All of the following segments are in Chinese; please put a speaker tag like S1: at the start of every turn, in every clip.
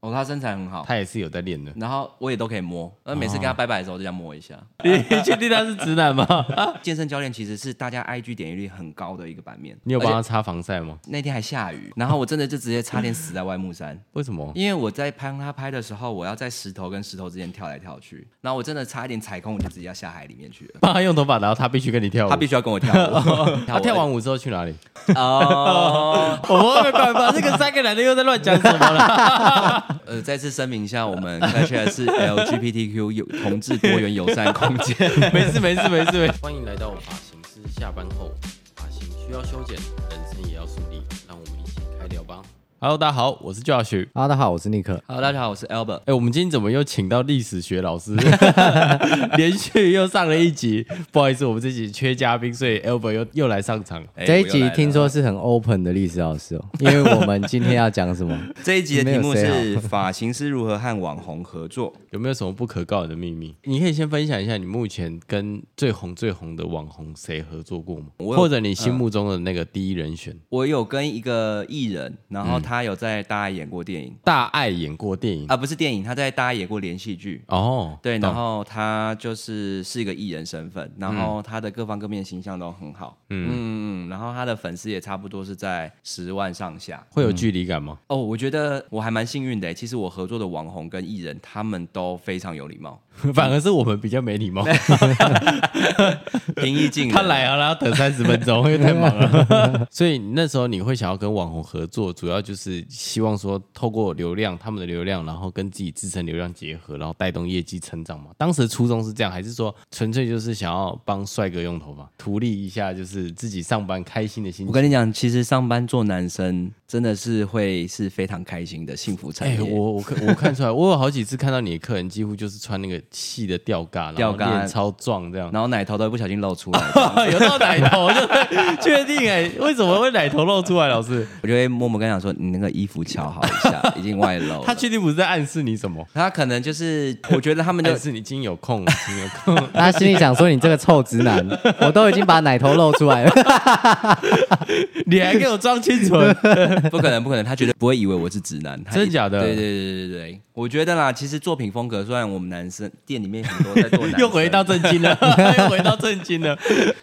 S1: 哦，他身材很好，
S2: 他也是有在练的。
S1: 然后哦我也都可以摸，那每次跟他拜拜的时候我就这样摸一下。
S2: 你确定他是直男吗？
S1: 健身教练其实是大家 IG 点击率很高的一个版面。
S2: 你有帮
S1: 而
S2: 他
S1: 且
S2: 擦防晒吗？
S1: 那天还下雨，然后我真的就直接差点死在外木山。
S2: 为什么？
S1: 因为我在帮他拍的时候，我要在石头跟石头之间跳来跳去，然后我真的差一点踩空，我就直接要下海里面去了。
S2: 帮他用头发，然后他必须跟你跳舞。
S1: 他必须要跟哦我跳 舞，
S2: 他跳完舞之后去哪里？
S1: 哦，
S2: 我没办法，这个三个男的又在乱讲什么 了？
S1: 呃，再次声明一下，我们 c a s h 是 LGBTQ 有同志多元友善空间。
S2: 没事没事没事没事。欢迎来到发型师下班后，发型需要修剪，人生也要树立，让我们一起开聊吧。Hello，大家好，我是 Josh。
S3: 哈喽，大家好，我是尼克。
S1: Hello，大家好，我是 Albert。
S2: 哎、我们今天怎么又请到历史学老师， 连续又上了一集？不好意思，我们这集缺嘉宾，所以 Albert 又又来上场。
S1: 哎
S3: 这一
S1: 我又
S3: 集
S1: 来了
S3: 听说是很 open 的历史老师哦，因为我们今天要讲什么？
S1: 这一集的题目
S3: 没有
S1: 是发型师如何和网红合作。
S2: 有没有什么不可告人的秘密？你可以先分享一下你目前跟最红最红的网红谁合作过吗？
S1: 我有呃
S2: 或者你心目中的那个第一人选？
S1: 我有跟一个艺人，然后他有在大爱演过电影、
S2: 大爱演过电影、
S1: 啊，不是电影，他在大爱演过连续剧。
S2: 哦，
S1: 呃对，
S2: 懂
S1: 然后他就是是一个艺人身份，然后他的各方各面形象都很好，嗯嗯，然后他的粉丝也差不多是在十万上下。
S2: 会有距离感吗？
S1: 哦，我觉得我还蛮幸运的，其实我合作的网红跟艺人，他们都非常有礼貌，
S2: 反而是我们比较没礼貌。
S1: 平易近人。
S2: 他来啊，然后等三十分钟，因为太忙了。 所以那时候你会想要跟网红合作，主要就是希望说透过流量，他们的流量，然后跟自己自身流量结合，然后带动业绩成长嘛。当时的初衷是这样，还是说纯粹就是想要帮帅哥用头发，图利一下就是自己上班开心的心
S1: 我
S2: 情？
S1: 跟你讲，其实上班做男生真的是会是非常开心的幸福产
S2: 哎、
S1: 业。
S2: 我我看我看出来，我有好几次看到你的客人几乎就是穿那个细的吊嘎，然
S1: 吊
S2: 后
S1: 嘎
S2: 脸超壮这样。
S1: 然后奶头都会不小心露出来，这样
S2: 有到奶头，就是确定哎、为什么会奶头露出来？老师，
S1: 我就会默默跟他讲说：“你那个衣服瞧好一下，已经外露。”
S2: 他确定不是在暗示你什么？
S1: 他可能就是，我觉得他们就
S2: 但是你今有 空，今有空，
S3: 大家心里想说，你这个臭直 男，我都已经把奶头露出来了。
S2: 你还给我装清 纯，
S1: 不可能，不可能，他绝对不会以为我是直男，他
S2: 真的
S1: 一
S2: 假的
S1: 对对对对对对，我觉得啦，其实作品风格虽然我们男生店里面很多在做男生，
S2: 又回到，正经了，又回到正经了。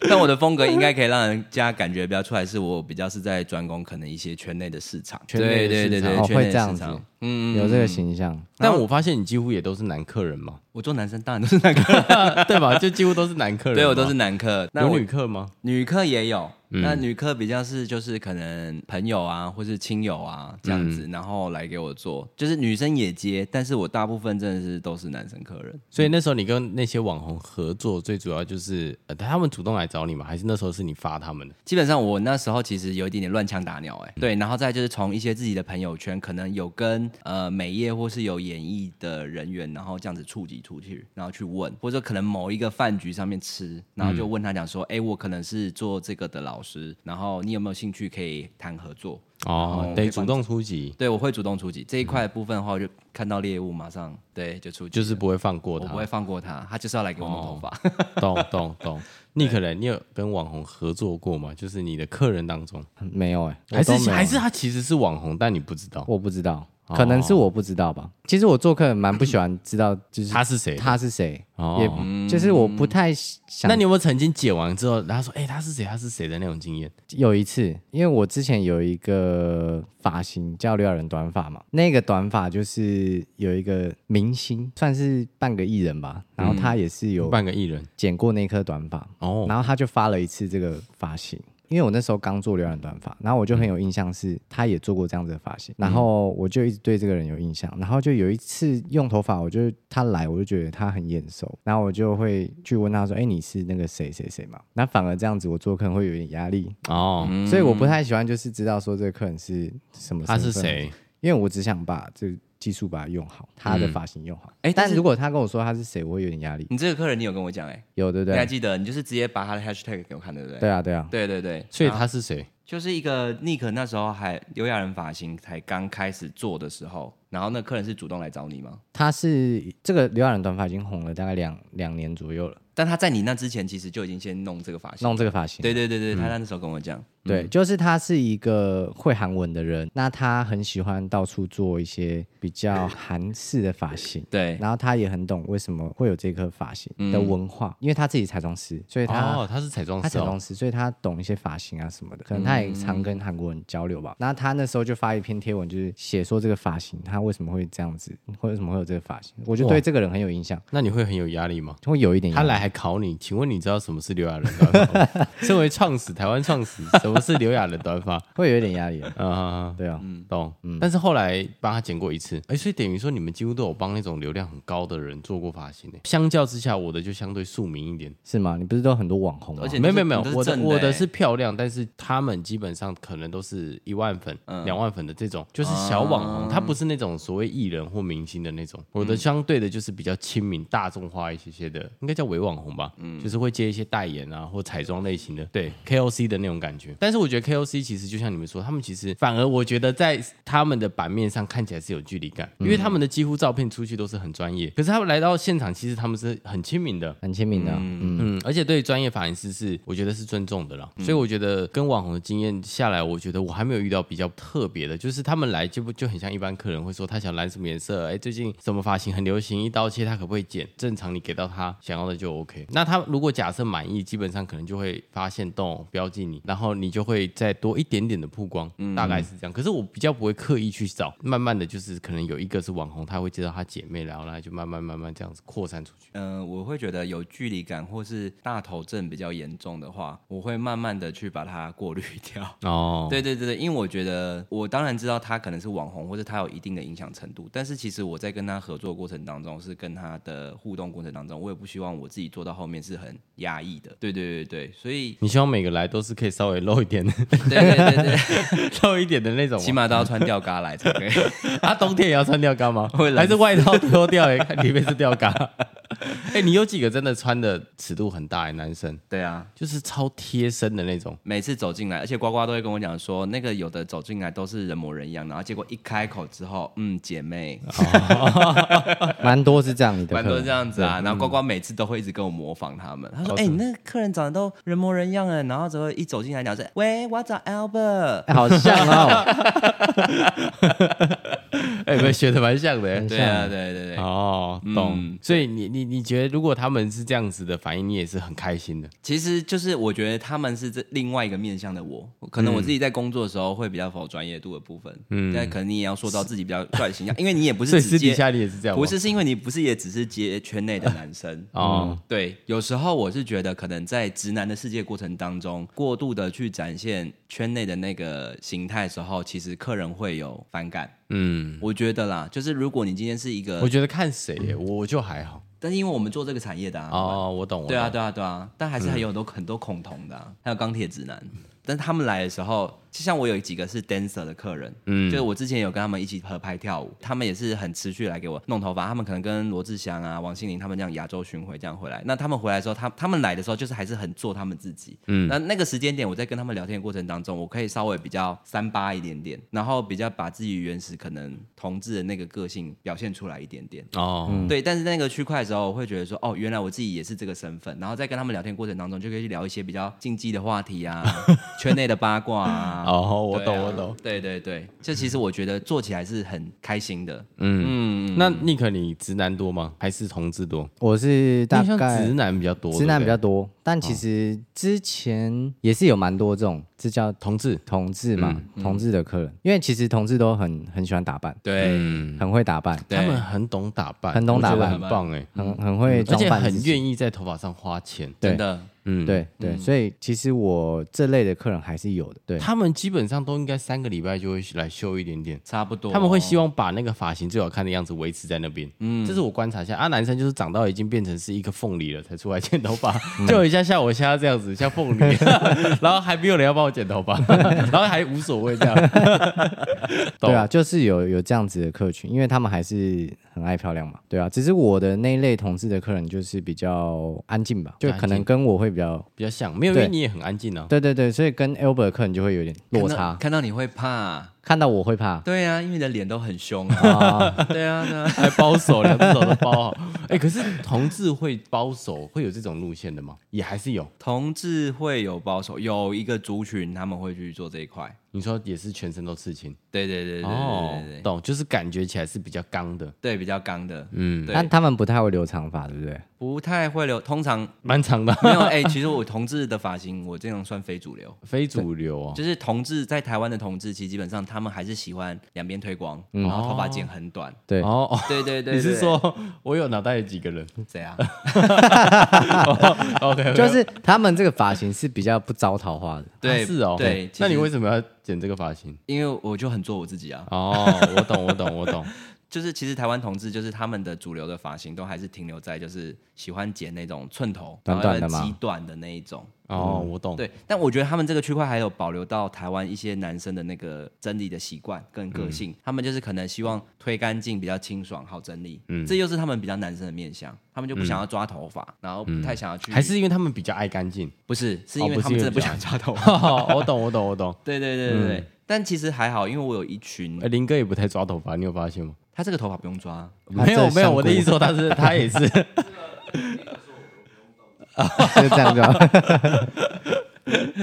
S1: 但我的风格应该可以让人家感觉比较出来，是我比较是在专攻可能一些圈内的市场，
S2: 圈内的
S1: 对对对
S2: 市场
S1: 对，
S3: 哦
S1: 圈内
S3: 会
S1: 的
S3: 这样
S1: 市
S3: 子
S1: 场嗯，
S3: 有这个形象，
S2: 但我发现你几乎也都是男客人嘛，
S1: 我做男生当然都是男客，
S2: 对吧？就几乎都是男客人嘛，
S1: 对我都是男客，那
S2: 有
S1: 我
S2: 女嗯客吗？
S1: 女客也有，那女客比较是就是可能朋友啊，或是亲友啊这样
S2: 嗯
S1: 子，然后来给我做，就是女生也接，但是我大部分真的是都是男生客人。
S2: 所以那时候你跟那些网红合作，最主要就是、呃、他们主动来找你嘛，还是那时候是你发他们的？
S1: 基本上我那时候其实有一点点乱枪打鸟
S2: 嗯
S1: 哎、对，然后再就是从一些自己的朋友圈，可能有跟呃美业或是有演艺的人员，然后这样子触及出去，然后去问，或者可能某一个饭局上面吃，然后
S2: 嗯
S1: 就问他讲说，哎、我可能是做这个的老师，然后你有没有兴趣可以谈合作？
S2: 哦
S1: 哦，可
S2: 得
S1: 以帮
S2: 主动出击，
S1: 对，我会主动出击这一块的部分的话，我就看到猎物马上对就出击，
S2: 就是不会放过
S1: 我
S2: 他
S1: 不。会放过他，他就是要来给我弄头发。
S2: 懂懂 懂。你可能你有跟网红合作过吗？就是你的客人当中，
S3: 没有哎、我
S2: 还是
S3: 都没有
S2: 还是他其实是网红，但你不知道
S3: 我不知道，
S2: 哦
S3: 可能是我不知道吧。其实我做客人蛮不喜欢知道，就是
S2: 他是谁。
S3: 他是谁，
S2: 哦
S3: 也就是我不太想。
S2: 那你有没有曾经剪完之后，然后说，哎、他是谁？他是谁的那种经验？
S3: 有一次，因为我之前有一个发型叫刘亚仁短发嘛，那个短发就是有一个明星，算是半个艺人吧，然后他也是有
S2: 嗯半个艺人
S3: 剪过那颗短发，
S2: 哦，
S3: 然后他就发了一次这个发型。因为我那时候刚做刘亚仁短发，然后我就很有印象是，他也做过这样子的发
S1: 嗯
S3: 型，然后我就一直对这个人有印象，然后就有一次用头发，我就他来，我就觉得他很眼熟，然后我就会去问他说：“哎、你是那个谁谁谁嘛？”那反而这样子，我做客人会有点压力，
S2: 哦，
S1: 嗯
S3: 所以我不太喜欢就是知道说这个客人是什么，
S2: 他是？谁？
S3: 因为我只想把这个技术把它用好，他的发型用好。
S1: 哎但
S3: 但
S1: 是
S3: 如果他跟我说他是谁，我会有点压力，
S1: 你这个客人，你有跟我讲哎、
S3: 有对不
S1: 你还
S3: 对？
S1: 记得？你就是直接把他的 hashtag 给我看，对不对？
S3: 对啊，对啊，
S1: 对对对，
S2: 所以
S1: 然后
S2: 他是谁？
S1: 就是一个 Nick 那时候还刘亚仁发型才刚开始做的时候，然后那客人是主动来找你吗？
S3: 他是这个浏染短发已经红了大概两两年左右了，
S1: 但他在你那之前其实就已经先弄这个发型。
S3: 弄这个发型。
S1: 对对对对，他那时候跟我讲，
S2: 嗯
S3: 对，就是他是一个会韩文的人，那他很喜欢到处做一些比较韩式的发型。
S1: 对，
S3: 然后他也很懂为什么会有这颗发型的文化，因为他自己彩妆师，所以他、
S2: 哦，他是彩妆
S3: 他
S2: 师
S3: 彩
S2: 哦
S3: 妆，师，所以他懂一些发型啊什么的，可能他
S2: 嗯
S3: 也常跟韩国人交流吧。那他那时候就发一篇贴文，就是写说这个发型他为什么会这样子，或者为什么会有这个发型，我就对这个人很有印象，
S2: 那你会很有压力吗？
S3: 会有一点
S2: 他
S3: 印象
S2: 来还考你，请问你知道什么是刘亚人短发 吗？身为创始台湾创始，什么是刘亚人短发？
S3: 会有一点压力，
S2: 啊、
S3: 对啊，
S2: 懂。但是后来帮他剪过一次，哎、所以等于说你们几乎都有帮那种流量很高的人做过发型诶。相较之下，我的就相对庶民一点。
S3: 是吗？你不是都有很多网红吗
S1: 而？且
S2: 没
S1: 你
S2: 有
S1: 是
S2: 没有没有
S1: 你都，
S2: 我
S1: 正的
S2: 我
S1: 欸
S2: 的是漂亮，但是他们基本上可能都是一万粉、
S1: 嗯
S2: 两、万粉的这种，就是小网
S1: 哦
S2: 红，他不是那种所谓艺人或明星的那种。我
S1: 嗯
S2: 的相对的就是比较亲民、大众化一些些的，应该叫伪网红吧，
S1: 嗯
S2: 就是会接一些代言啊或彩妆类型的，对 KOC 的那种感觉。但是我觉得 KOC 其实就像你们说，他们其实反而我觉得在他们的版面上看起来是有距离感，
S1: 嗯
S2: 因为他们的几乎照片出去都是很专业，可是他们来到现场，其实他们是很亲民的。
S3: 很亲民的啊、嗯，
S2: 嗯，而且对专业发型师是，我觉得是尊重的啦。所以我觉得跟网红的经验下来，我觉得我还没有遇到比较特别的，就是他们来就不就很像一般客人会说他想染什么颜色，哎，最近什么发型很流行，一刀切他可不可以剪？正常你给到他想要的就 OK。那他如果假设满意，基本上可能就会发现动标记你，然后你就会再多一点点的曝光，大概是这样。可是我比较不会刻意去找，慢慢的就是可能有一个是网红，他会介绍他姐妹，然后呢就慢慢慢慢这样子扩散出去。
S1: 嗯、我会觉得有距离感或是大头症比较严重的话，我会慢慢的去把它过滤 掉。
S2: 哦，
S1: 对对对对，因为我觉得我当然知道他可能是网红，或者他有一定的影响程度，但是其实我在跟他合作过程当中，是跟他的互动过程当中，我也不希望我自己做到后面是很压抑的。对对对对，所以
S2: 你希望每个来都是可以稍微露一点、
S1: 对对对对，
S2: 露一点的那种
S1: 起
S2: 吗？
S1: 码都要穿吊嘎来才可以。
S2: 啊，冬天也要穿吊嘎吗？
S1: 会冷
S2: 还是外套脱掉、欸？看里面是吊 嘎。哎、你有几个真的穿的尺度很大、欸？男生
S1: 对啊，
S2: 就是超贴身的 那种。
S1: 每次走进来，而且呱呱都会跟我讲说，那个有的走进来都是人模人样，然后结果一开口之后，嗯，姐妹，
S3: 嗯蛮多是这样，你 的
S1: 蛮
S3: 客
S1: 多
S3: 人
S1: 这样子
S2: 嗯
S1: 啊。然后呱呱每次都会一直跟我模仿他们，他
S2: 哦
S1: 说：“哎、你那个客人长得都人模人样哎。”然后只会一走进来讲
S2: 嗯
S1: 说：“喂，我要找 Albert。
S3: 哎好像哦，
S2: 哎、欸，学的蛮像的、 欸。
S3: 很
S1: 对啊，嗯对对对，
S2: 哦，懂。所以你你你觉得，如果他们是这样子的反应，你也是很开心的。
S1: 其实就是我觉得他们是这另外一个面向的我，可能我
S2: 嗯
S1: 自己在工作的时候会比较否专业度的部分，嗯，但可能你也要说到自己比较 帅的形象，因为你也不
S2: 所
S1: 是
S2: 以
S1: 直
S2: 私底
S1: 接，
S2: 下你也是这样吗？
S1: 不是是因为你不是也只是接圈内的男生 嗯
S2: 哦，
S1: 对，有时候我是觉得，可能在直男的世界过程当中，过度的去展现圈内的那个形态的时候，其实客人会有反感。
S2: 嗯，
S1: 我觉得啦，就是如果你今天是一
S2: 我
S1: 个，
S2: 觉得看谁、欸，我就还好。
S1: 但是因为我们做这个产业的啊，
S2: 哦，我懂。我懂
S1: 对啊，，对啊，对啊，但还是还有很多很多恐同的、啊，还有钢铁直男。但他们来的时候，就像我有几个是 dancer 的客人，嗯，就是我之前有跟他们一起合拍跳舞，他们也是很持续来给我弄头发。他们可能跟罗志祥啊、王心凌他们这样亚洲巡回这样回来，那他们回来的时候，他他们来的时候就是还是很做他们自己，嗯，那那个时间点我在跟他们聊天的过程当中，我可以稍微比较三八一点点，然后比较把自己原始可能同志的那个个性表现出来一点点。
S2: 哦，
S1: 对，但是在那个区块的时候，我会觉得说，哦，原来我自己也是这个身份，然后在跟他们聊天过程当中，就可以去聊一些比较禁忌的话题 啊，圈内的八卦啊。
S2: 哦， 我
S1: 对啊
S2: 懂，我懂。。
S1: 对对对，这其实我觉得做起来是很开心的。嗯
S2: 那尼克，你直男多吗？还是同志多？
S3: 我是
S2: 因
S3: 大
S2: 为像
S3: 概
S2: 直男比较多，
S3: 直男比较
S2: 对不
S3: 多，但其实之前也是有蛮多这种，这叫
S2: 对同志，
S3: 同志嘛，同志的客人，因为其实同志都很很喜欢打扮，
S1: 对
S2: 嗯
S3: 很会打扮，
S1: 对
S2: 他们很懂打扮，
S3: 很懂打扮
S2: 我觉得很棒哎，
S3: 很很会
S2: 而
S3: 装
S2: 且
S3: 扮自
S2: 很
S3: 己，
S2: 愿意在头发上花钱。
S3: 对
S1: 真的，
S2: 嗯，，
S3: 对对，所以其实我这类的客人还是有的，对，
S2: 他们基本上都应该三个礼拜就会来修一点点。
S1: 差不多。
S2: 他们会希望把那个发型最好看的样子维持在那边，嗯，这是我观察一下啊。男生就是长到已经变成是一个凤梨了，才出来剪头发，就一下像我现在这样子，像凤 梨，然后还没有人要帮我剪头 发，然后还无所谓这 样，懂
S3: 对啊，就是有有这样子的客群，因为他们还是很爱漂亮嘛，对啊，只是我的那一类同志的客人就是比较安静吧，就
S2: 比较安
S3: 可能
S2: 静
S3: 跟我会比较，
S2: 比较像，没有因为
S3: 对
S2: 你也很安静啊，
S3: 对对对，所以跟 Albert 的客人就会有点
S1: 看
S3: 落
S1: 到
S3: 差，
S1: 看到你会怕，
S3: 看到我会怕。
S1: 对啊，因为你的脸都很凶啊。
S3: 啊，
S2: 哦
S1: 对啊，对啊
S2: 还包手，两只手都包好。 哎、可是同志会包手，会有这种路线的吗？也还是有。
S1: 同志会有保守，有一个族群他们会去做这一块。
S2: 你说也是全身都刺青，
S1: 对对对对对
S2: 哦
S1: 对对，对，
S2: 懂，就是感觉起来是比较刚的，
S1: 对比较刚的，
S2: 嗯，
S1: 对
S3: 但他们不太会留长发，对不对？
S1: 不太会留。通常
S2: 蛮长的，
S1: 没有哎、其实我同志的发型，我这样算非主流。
S2: 非主流哦。
S1: 就是同志在台湾的同志，其实基本上他们还是喜欢两边推光，然后头发剪很短。
S3: 对，
S2: 哦哦，
S1: 对对对
S2: 你是
S1: 对
S2: 说我有脑袋有几个人
S1: 怎样？
S2: ？OK，
S3: 就是他们这个发型是比较不招桃花的。
S1: 对，
S2: 是哦。
S1: 对，
S2: 那你
S1: 其实
S2: 为什么要剪这个发型？
S1: 因为我就很做我自己啊，
S2: 哦，我懂，我懂，我懂。
S1: 就是其实台湾同志就是他们的主流的发型都还是停留在就是喜欢剪那种寸头，
S3: 短短的
S1: 然后
S3: 吗
S1: 极短的那一种。
S2: 哦，我懂。
S1: 嗯对，但我觉得他们这个区块还有保留到台湾一些男生的那个整理的习惯跟个性，
S2: 嗯
S1: 他们就是可能希望推干净，比较清爽，好整理。嗯，这又是他们比较男生的面相，他们就不想要抓头发，然后不太想要去，
S2: 嗯还是因为他们比较爱干净。
S1: 不是是
S2: 哦
S1: 因为
S2: 不
S1: 他们
S2: 是因
S1: 真的
S2: 为
S1: 不
S2: 比较
S1: 想抓头发。
S2: 哦我懂，我懂，我懂。
S1: 对对对对
S2: 嗯
S1: 对。但其实还好，因为我有一群
S2: 呃，，林哥也不太抓头发，你有发现吗？
S1: 他这个头发不用抓，
S3: 啊
S2: 没有，没有。我的意思，说他是他也是
S3: 这个香菇就这样就啊 好。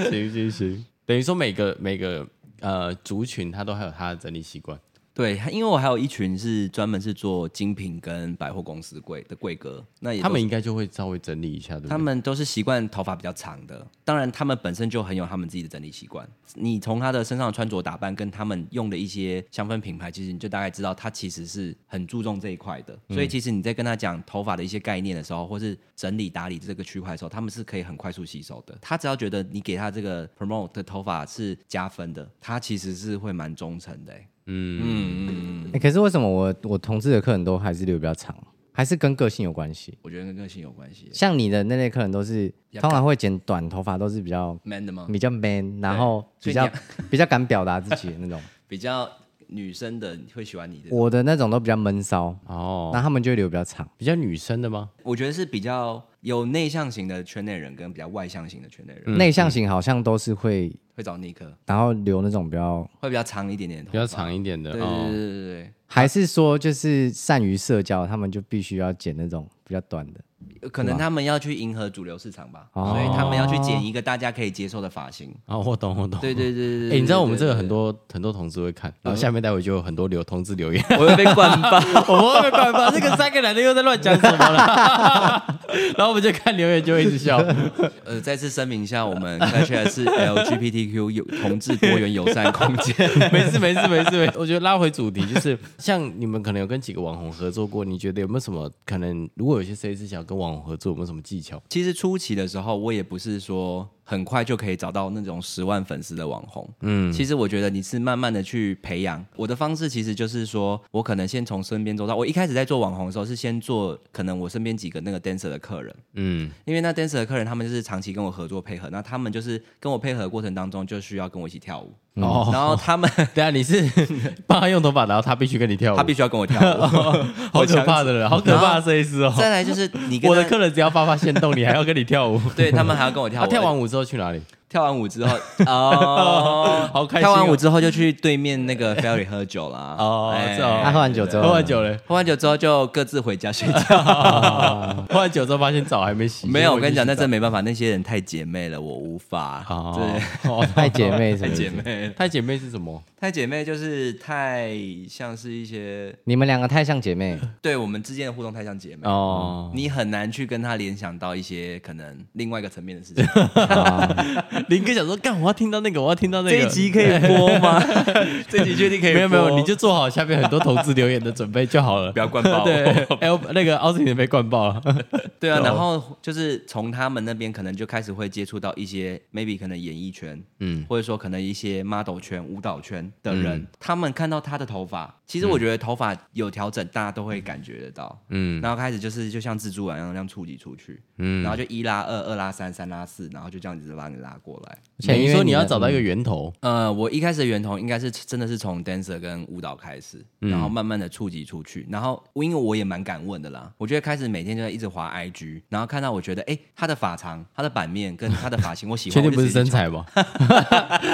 S2: 行行行，等于说每个每个呃族群，他都还有他的整理习惯。
S1: 对，因为我还有一群是专门是做精品跟百货公司柜的柜哥，那也
S2: 他
S1: 都
S2: 们
S1: 是
S2: 应该就会稍微整理一下，对不对？
S1: 他们都是习惯头发比较长的，当然他们本身就很有他们自己的整理习惯。你从他的身上的穿着打扮跟他们用的一些香氛品牌，其实你就大概知道他其实是很注重这一块的。
S2: 嗯
S1: 所以其实你在跟他讲头发的一些概念的时候，或是整理打理这个区块的时候，他们是可以很快速吸收的。他只要觉得你给他这个 promote 的头发是加分的，他其实是会蛮忠诚的、欸。嗯嗯嗯嗯，
S3: 欸可是为什么我我同志的客人都还是留比较长？还是跟个性有关系？
S1: 我觉得跟个性有关
S2: 嗯
S1: 系欸。
S3: 像你的那类客人都是
S1: 比较
S3: 通常会剪短头发，都是比较
S1: man 的吗？
S3: 比较 man，然后
S1: 所
S3: 比
S1: 以
S3: 较 比较敢表达自己的那种。
S1: 比较女生的会喜欢你的。
S3: 我的那种都比较闷骚，
S2: 哦，
S3: 那他们就会留比较长。
S2: 比较女生的吗？
S1: 我觉得是比较有内向型的圈内人跟比较外向型的圈内人、
S2: 嗯
S3: 内向型好像都是会，
S1: 会找尼克，
S3: 然后留那种比较，
S1: 会比较长一点点的头
S2: 比
S1: 发，
S2: 较长一点的
S1: 对。对对
S2: 哦，
S1: 对对对
S3: 还是说就是善于社交，他们就必须要剪那种比较短的。
S1: 对，可能他们要去迎合主流市场吧，
S3: 哦
S1: 所以他们要去剪一个大家可以接受的发型。
S2: 哦，我懂，我懂。
S1: 对对对对
S2: 哎、
S1: 对，
S2: 你知道我们
S1: 对嗯
S2: 这个很，多很多同事会看，然后下面待会就有很多留同志 留言，
S1: 对对我会被灌爆。
S2: 我们没办法，这个三个男的又在乱讲什么了， 然后我们就看留言就会一直笑。
S1: 呃，再次声明一下，我们 Catch 是 LGBTQ 有同志多元友善空间。
S2: 没事没事没事没事，我觉得拉回主题就是，像你们可能有跟几个网红合作过，你觉得有没有什么可能？如果有些设计师想要跟网红合作，有没有什么技巧？
S1: 其实初期的时候，我也不是说很快就可以找到那种十万粉丝的网红。嗯，其实我觉得你是慢慢的去培养。我的方式其实就是说，我可能先从身边周到。我一开始在做网红的时候，是先做可能我身边几个那个 dancer 的客人，
S2: 嗯，
S1: 因为那 dancer 的客人他们就是长期跟我合作配合，那他们就是跟我配合的过程当中就需要跟我一起跳舞。
S2: 哦
S1: 嗯 然后他们
S2: 对啊，你是帮他用头发，然后他必须跟你跳 舞，
S1: 他必须要跟我跳
S2: 哦
S1: 舞，
S2: 好可怕的人，好可怕的设计师 哦。
S1: 再来就是你跟
S2: 我的
S1: 他
S2: 客人只要发发现动，你还要跟你 跳舞。
S1: 对他们还要跟我跳
S2: 他
S1: 舞，
S2: 跳完舞之后去哪里？
S1: 跳完舞之 后，哦，
S2: 好开心哦
S1: 跳完舞之后就去对面那个 Ferry 喝酒 啦。
S2: 哦
S1: 哎
S2: 这哦
S3: 啊他喝完酒之后，
S2: 喝完酒嘞，
S1: 喝完酒之后就各自回家睡觉。
S2: 喝完酒之后发现澡还没洗。
S1: 啊没有，我跟你讲，那
S2: 那
S1: 真没办法，那些人太姐妹了，我无法。
S2: 哦
S1: 对，
S2: 哦，
S3: 太姐妹什
S1: 太
S3: 么
S1: 姐
S3: 的。
S1: 妹了，
S2: 太姐妹是什么？
S1: 太姐妹就是太像是一些
S3: 你们两个太像姐妹，
S1: 对我们之间的互动太像姐妹，
S2: 哦，
S1: 你很难去跟她联想到一些可能另外一个层面的 事情。
S2: 嗯林哥想说，干，我要听到那个，我要听到那个。
S1: 这一集可以播 吗？这一集确定可以
S2: 没有没有，
S1: 播
S2: 你就做好下面很多投资留言的准备就好了。
S1: 不要灌爆 我。
S2: 对，L 那个奥斯汀被灌爆 了。
S1: 对啊，
S2: 对
S1: 然后就是从他们那边可能就开始会接触到一些 maybe 可能演艺圈，
S2: 嗯
S1: 嗯，或者说可能一些 model 圈、舞蹈圈的人，他们看到他的头发，其实我觉得头发有调整，大家都会感觉得到，
S2: 嗯
S1: 嗯，然后开始就是就像蜘蛛网一样，这样触及出去，嗯，然后就一拉二，二拉三，三拉四，然后就这样子把你拉过过来。
S2: 等于
S3: 因为
S2: 说你要
S3: 的
S2: 找到一个源头，
S1: 呃，我一开始的源头应该是真的是从 dancer 跟舞蹈开始，
S2: 嗯
S1: 然后慢慢的触及出去，然后因为我也蛮敢问的啦，我觉得开始每天就在一直滑 IG，然后看到我觉得哎、诶他的发长、他的版面跟他的发型我喜欢，
S2: 确定
S1: 我就
S2: 不是
S1: 直接
S2: 身
S1: 去
S2: 材吧？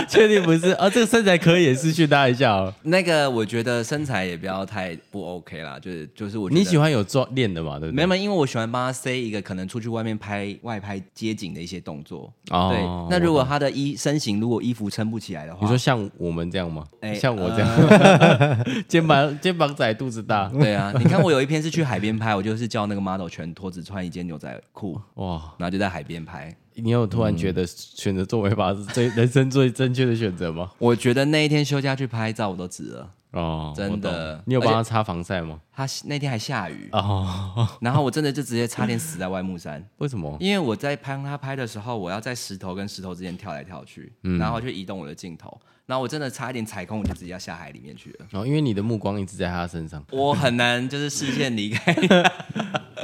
S2: 确定不是啊？这个身材可以，也是去搭一下哦。
S1: 那个我觉得身材也不要太不 OK 啦，就是就是我觉得
S2: 你喜。欢有做练的嘛？对不
S1: 没
S2: 对？
S1: 有，没有因为我喜欢帮他塞一个可能出去外面拍外拍街景的一些动作。
S2: 哦
S1: 对，那如果他的衣身形如果衣服撑不起来的话，
S2: 你说像我们这样吗？
S1: 哎
S2: 像我这样， 肩膀肩膀窄，肚子大，
S1: 对啊，你看我有一篇是去海边拍，我就是叫那个 model 全脱，只穿一件牛仔裤，
S2: 哇！
S1: 然后就在海边拍。
S2: 你有突然觉得选择做尾巴是最人生最正确的选择吗？
S1: 我觉得那一天休假去拍照我都值了。
S2: 哦，
S1: 真
S2: 我懂
S1: 的
S2: 你有帮他擦防晒吗？
S1: 他那天还下雨，
S2: 哦，
S1: 然后我真的就直接差点死在外木山，
S2: 为什么？
S1: 因为我在拍他拍的时候，我要在石头跟石头之间跳来跳去，
S2: 嗯
S1: 然后去移动我的镜头，然后我真的差一点踩空，我就直接要下海里面去了。
S2: 哦，因为你的目光一直在他身上。
S1: 我很难就是视线离开。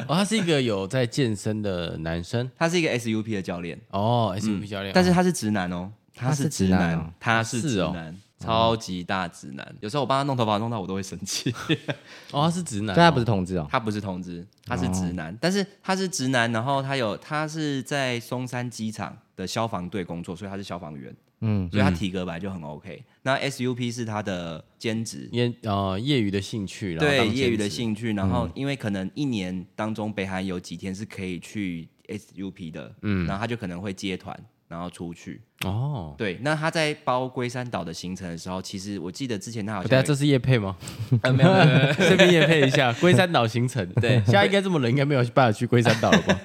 S2: 哦，他是一个有在健身的男生。
S1: 他是一个 SUP 的教练，
S2: 哦，SUP 教练，
S1: 但是他是直男哦，他
S3: 是直男哦，
S1: 啊他是
S2: 是
S1: 直
S2: 哦
S1: 男，超级大直男。有时候我帮他弄头发弄到我都会生气。
S2: 哦，他是直男哦，
S3: 但他不是同志哦，
S1: 他不是同志，他是直男，但是他是直男，然后他有他是在松山机场的消防队工作，所以他是消防员，
S3: 嗯，
S1: 所以他体格本来就很 OK。那 SUP 是他的兼职，
S2: 业呃业余的兴趣，然后
S1: 对
S2: 当兼
S1: 业余的
S2: 职
S1: 兴趣，然后因为可能一年当中北韩有几天是可以去 SUP 的，嗯，然后他就可能会接团。然后出去，
S2: 哦。
S1: 对，那他在包龟山岛的行程的时候，其实我记得之前他好
S2: 大家
S1: 像
S2: 这是叶配吗？
S1: 有、呃、没有没有没有
S2: 顺便叶配一下龟山岛行程。
S1: 对
S2: 现在应该这么冷，应该没有办法去龟山岛了吧？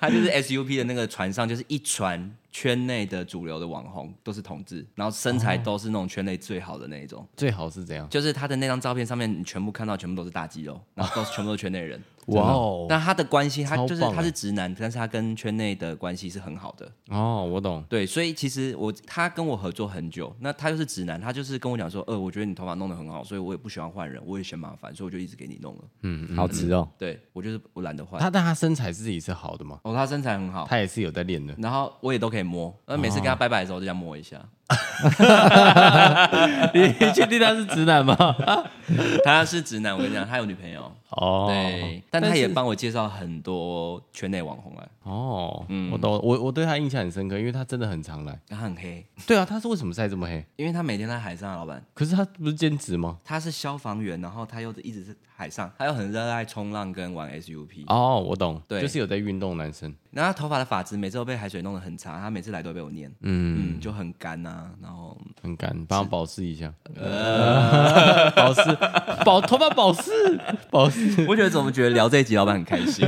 S1: 他就是 SUP 的那个船上，就是一船圈内的主流的网红都是同志，然后身
S2: 哦
S1: 材都是那种圈内最好的那一种。
S2: 最好是这样。
S1: 就是他的那张照片上面，你全部看到全部都是大肌肉，然后都是全部都是圈内人。
S2: 哇哦
S1: 但他的关系，他
S2: 超
S1: 就是
S2: 棒欸
S1: 他是直男，但是他跟圈内的关系是很好的。
S2: 哦，我懂。
S1: 对，所以其实我他跟我合作很久，那他又是直男，他就是跟我讲说，呃，我觉得你头发弄得很好，所以我也不喜欢换人，我也嫌麻烦，所以我就一直给你弄了。
S3: 好直哦，
S1: 对我就是我懒得换。
S2: 他但他身材自己是好的嘛，
S1: 哦，他身材很好，
S2: 他哦也是有在 练的。
S1: 然后我也都可以摸，那每次跟他拜拜的时候就这样摸一下。
S2: 你确定他是直男吗？
S1: 他是直男，我跟你讲，他有女朋友，
S2: 哦，
S1: 对，但他也帮我介绍很多圈内网红来，啊
S2: 哦，
S1: 嗯
S2: 我懂。我我对他印象很深刻，因为他真的很常来。
S1: 他很黑，
S2: 对啊，他是为什么晒这么黑？
S1: 因为他每天在海上啊，老板，
S2: 可是他不是兼职吗？
S1: 他是消防员，然后他又一直是海上，他又很热爱冲浪跟玩 SUP，、
S2: 哦，我懂，
S1: 对
S2: 就是有在运动的男生。
S1: 然后他头发的发质每次都被海水弄得很长，他每次来都会被我念，嗯就很干呐、然后
S2: 很干，帮我保湿一下。保湿，保头发保湿，保湿。
S1: 我觉得怎么觉得聊这一集老板很开心，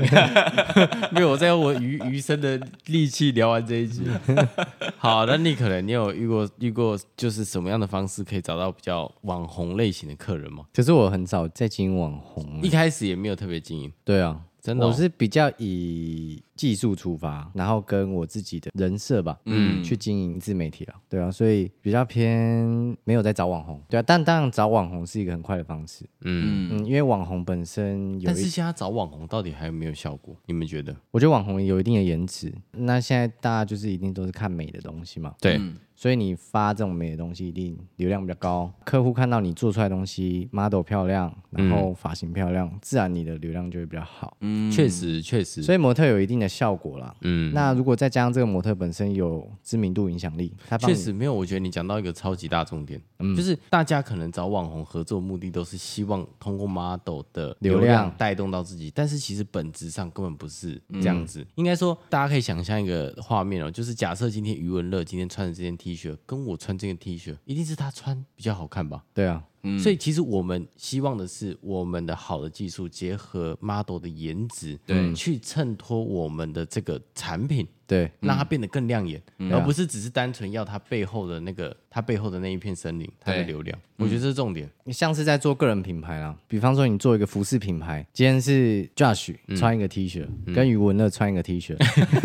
S2: 没有，我在用我余余生的力气聊完这一集。 好，那你可能你有遇过遇过就是什么样的方式可以找到比较网红类型的客人吗？
S3: 可是我很少在经营网红
S2: 一，开始也没有特别经营，
S3: 对啊，
S2: 真的哦
S3: 我是比较以技术出发，然后跟我自己的人设吧，嗯，去经营自媒体了，对啊，所以比较偏没有在找网红，对啊，但当然找网红是一个很快的方式，
S1: 嗯，
S3: 嗯，因为网红本身有
S2: 但
S3: 一
S2: 是现在找网红到底还有没有效果？你们觉得？
S3: 我觉得网红有一定的颜值，那现在大家就是一定都是看美的东西嘛，
S2: 对，
S3: 所以你发这种美的东西，一定流量比较高，客户看到你做出来的东西，model 漂亮，然
S2: 嗯
S3: 后发型漂亮，自然你的流量就会比较好。
S2: 确实确实，
S3: 所以模特有一定的效果啦。
S2: 嗯，
S3: 那如果再加上这个模特本身有知名度、影响力，他帮
S2: 确
S3: 你嗯
S2: 实没有，我觉得你讲到一个超级大重点，就是大家可能找网红合作目的都是希望通过 model 的
S3: 流量
S2: 流带动到自己，但是其实本质上根本不是这样
S3: 嗯
S2: 子。应该说，大家可以想象一个画面哦，就是假设今天余文乐今天穿的这件 T 恤，跟我穿这件 T 恤，一定是他穿比较好看吧？
S3: 对啊，
S2: 所以其实我们希望的是，我们的好的技术结合 model 的颜值，
S1: 对
S2: 去衬托我们的这个产品。
S3: 对
S2: 让它变得更亮眼，而不是只是单纯要它背后的那个它背后的那一片森林它的
S1: 对
S2: 流量。我觉得这是重点。
S3: 你像是在做个人品牌啦。比方说，你做一个服饰品牌，今天是 Josh
S2: 嗯
S3: 穿一个 T 恤，跟余文乐穿一个 T 恤，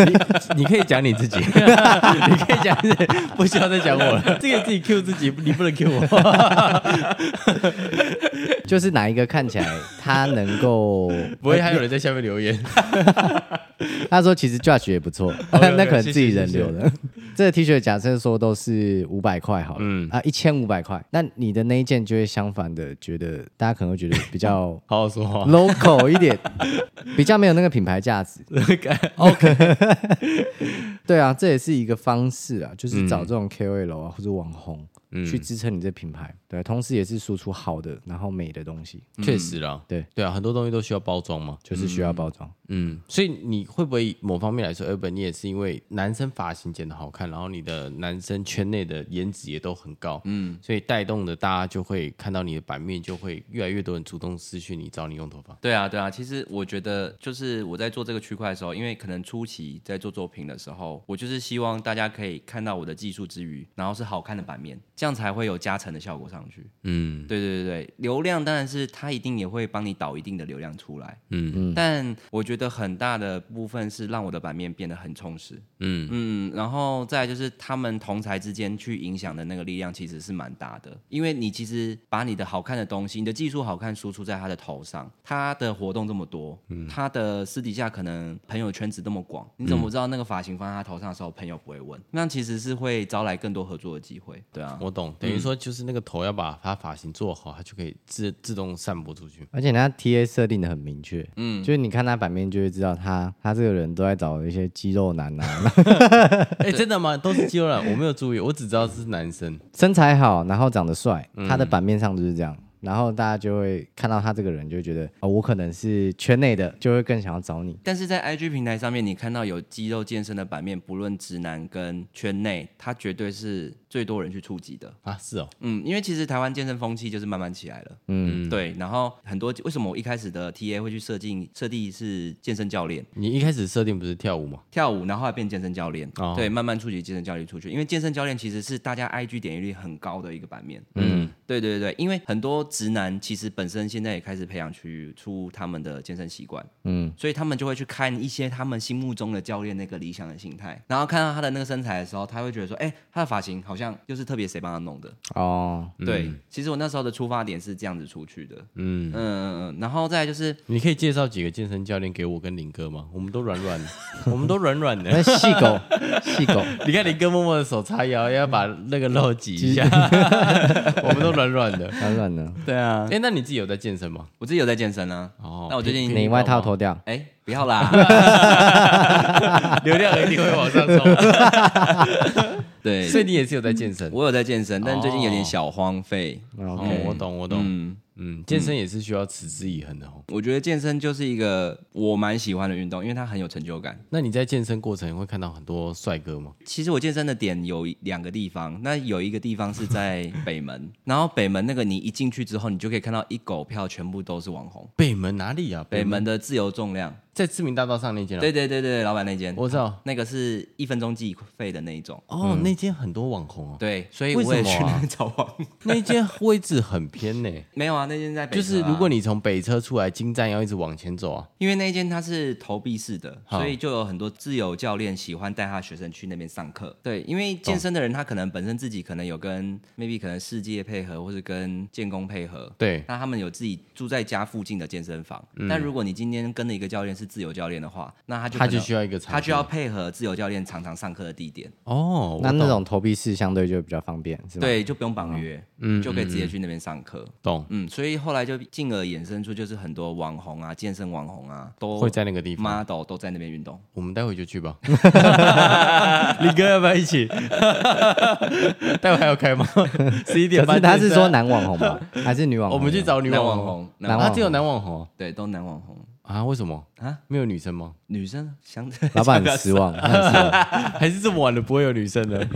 S2: 你可以讲你自己，你 可以讲你自己，不 需要再讲我了。这个自己 Q 自己，你不能 Q 我。
S3: 就是哪一个看起来他能够
S2: 不会还有人在下面留言？
S3: 他说其实 Judge 也不 错，
S2: OK，OK，
S3: 那可能自己
S2: 哦谢谢
S3: 人流的。这个 T 恤假设说都是五百块好了，
S2: 嗯
S3: 啊一千五百块，那你的那一件就会相反的觉得大家可能会觉得比较
S2: 好好说话。
S3: local 一点，比较没有那个品牌价值。
S2: OK，
S3: 对啊，这也是一个方式啊，就是找这种 KOL 啊或者网红。去支撑你这品牌，对，同时也是输出好的，然后美的东西，
S2: 确实啦，
S3: 对
S2: 对啊，很多东西都需要包装嘛。
S3: 就是需要包装。
S2: 嗯，所以你会不会某方面来说，Urban 你也是因为男生发型剪得好看，然后你的男生圈内的颜值也都很高，嗯，所以带动的大家就会看到你的版面，就会越来越多人主动私讯你找你用头发。
S1: 对啊，对啊，其实我觉得就是我在做这个区块的时候，因为可能初期在做作品的时候，我就是希望大家可以看到我的技术之余，然后是好看的版面，这样才会有加成的效果上去。
S2: 嗯
S1: 对对对对，流量当然是它一定也会帮你导一定的流量出来，
S2: 嗯
S1: 但我觉得很大的部分是让我的版面变得很充实。
S2: 嗯
S1: 嗯，然后再来就是他们同才之间去影响的那个力量其实是蛮大的，因为你其实把你的好看的东西，你的技术好看输出在他的头上，他的活动这么多，他的私底下可能朋友圈子这么广，你怎么知道那个发型放在他头上的时候，朋友不会问？那其实是会招来更多合作的机会，对啊。
S2: 我懂，等于说就是那个头要把他发型做好，他就可以自自动散播出 去。
S3: 而且它 TA 设定的很明确，嗯，就是你看他版面就会知道他他这个人都在找一些肌肉男啊，
S2: 哎、真的吗？都是肌肉男，我没有注意，我只知道是男生。
S3: 身材好，然后长得帅，他的版面上就是这样。然后大家就会看到他这个人，就会觉得哦，我可能是圈内的，就会更想要找你。
S1: 但是在 IG 平台上面，你看到有肌肉健身的版面，不论直男跟圈内，它绝对是最多人去触及的。
S2: 啊，是哦，
S1: 嗯，因为其实台湾健身风气就是慢慢起来了。嗯，对。然后很多为什么我一开始的 TA 会去设定设定是健身教练
S2: 你一开始设定不是跳舞吗？
S1: 跳舞，然后后来变健身教练，
S2: 哦
S1: 对，慢慢触及健身教练出去。因为健身教练其实是大家 IG 点击率很高的一个版面。嗯，对对对，因为很多直男其实本身现在也开始培养去出他们的健身习惯。
S3: 嗯，
S1: 所以他们就会去看一些他们心目中的教练那个理想的形态，然后看到他的那个身材的时候，他会觉得说，哎、他的发型好像又是特别谁帮他弄的。
S3: 哦，
S1: 对，其实我那时候的出发点是这样子出去的。
S2: 嗯，
S1: 嗯嗯嗯，然后再来就是
S2: 你可以介绍几个健身教练给我跟林哥吗？我们都软软 的，我们都软软 的。
S3: 那哎细狗，细狗，
S2: 你看林哥默默的手叉腰，要把那个肉 挤一下， 我们都软软的。
S3: 当然了，
S1: 对啊
S2: 哎、，那你自己有在健身吗？
S1: 我自己有在健身啊。
S2: 哦
S1: 那我最近
S3: 你外套脱掉，
S1: 哎、不要 啦，
S2: 流量一定会往 上冲，
S1: 对，
S2: 所以你也是有在健身。
S1: 我有在健身，但最近有点小荒废。
S2: 哦
S3: OK，
S2: 我哦懂，我懂。
S1: 嗯，
S2: 嗯，健身也是需要持之以恒的哦。
S1: 我觉得健身就是一个我蛮喜欢的运动，因为它很有成就感。
S2: 那你在健身过程会看到很多帅哥吗？
S1: 其实我健身的点有两个地方，那有一个地方是在北门， 然后北门那个你一进去之后，你就可以看到一狗票全部都是网红。
S2: 北门哪里啊？
S1: 北门的自由重量，
S2: 在知名大道上那间、啊。
S1: 对，对对对，老板那间，
S2: 我知道。
S1: 那个是一分钟计费的那一种。
S2: 哦，那间很多网红哦。
S1: 对，所以
S2: 为
S1: 我也
S2: 什么
S1: 去
S2: 啊
S1: 那边找网红。
S2: 那间位置很 偏呢、
S1: 没有啊，那间在北、啊、
S2: 就是如果
S1: 你
S2: 你从北车出来，金站要一直往前走啊。
S1: 因为那间它是投币式的，
S2: 好
S1: 所以就有很多自由教练喜欢带他的学生去那边上课。对，因为健身的人他可能本身自己可能有跟 maybe 可能世界配合，或是跟建工配合。
S2: 对，
S1: 那他们有自己住在家附近的健身房。那如果你今天跟了一个教练是自由教练的话，那他就
S2: 他
S1: 可
S2: 就
S1: 能
S2: 需要一个场地，
S1: 他就要配合自由教练常常上课的地点，
S2: 哦，
S3: 那那
S2: 我
S3: 种投币式相对就比较方便，是吗？，
S1: 对，嗯就不用绑约，就可以直接去那边上课。
S2: 懂
S1: 嗯，所以后来就进而衍生出，就是很多网红啊、健身网红啊，都
S2: 会在那个地方。
S1: model 都在那边运动。
S2: 我们待会就去 吧。林哥要不要一起？ 待会还要开吗？ 十一点
S3: 可
S2: 半。
S3: 是他是说，男网红吗？ 还是女网
S2: 我
S3: 红？
S2: 们去找女网
S1: 网
S2: 红。
S1: 红，
S3: 男
S1: 男
S3: 网
S2: 他
S3: 红
S2: 只有男网红哦
S1: 对，都男网红，
S2: 啊？为什么
S1: 啊？
S2: 没有女生吗？
S1: 女生相对
S3: 老板很失望，他很失望。
S2: 还是这么晚了不会有女生 的？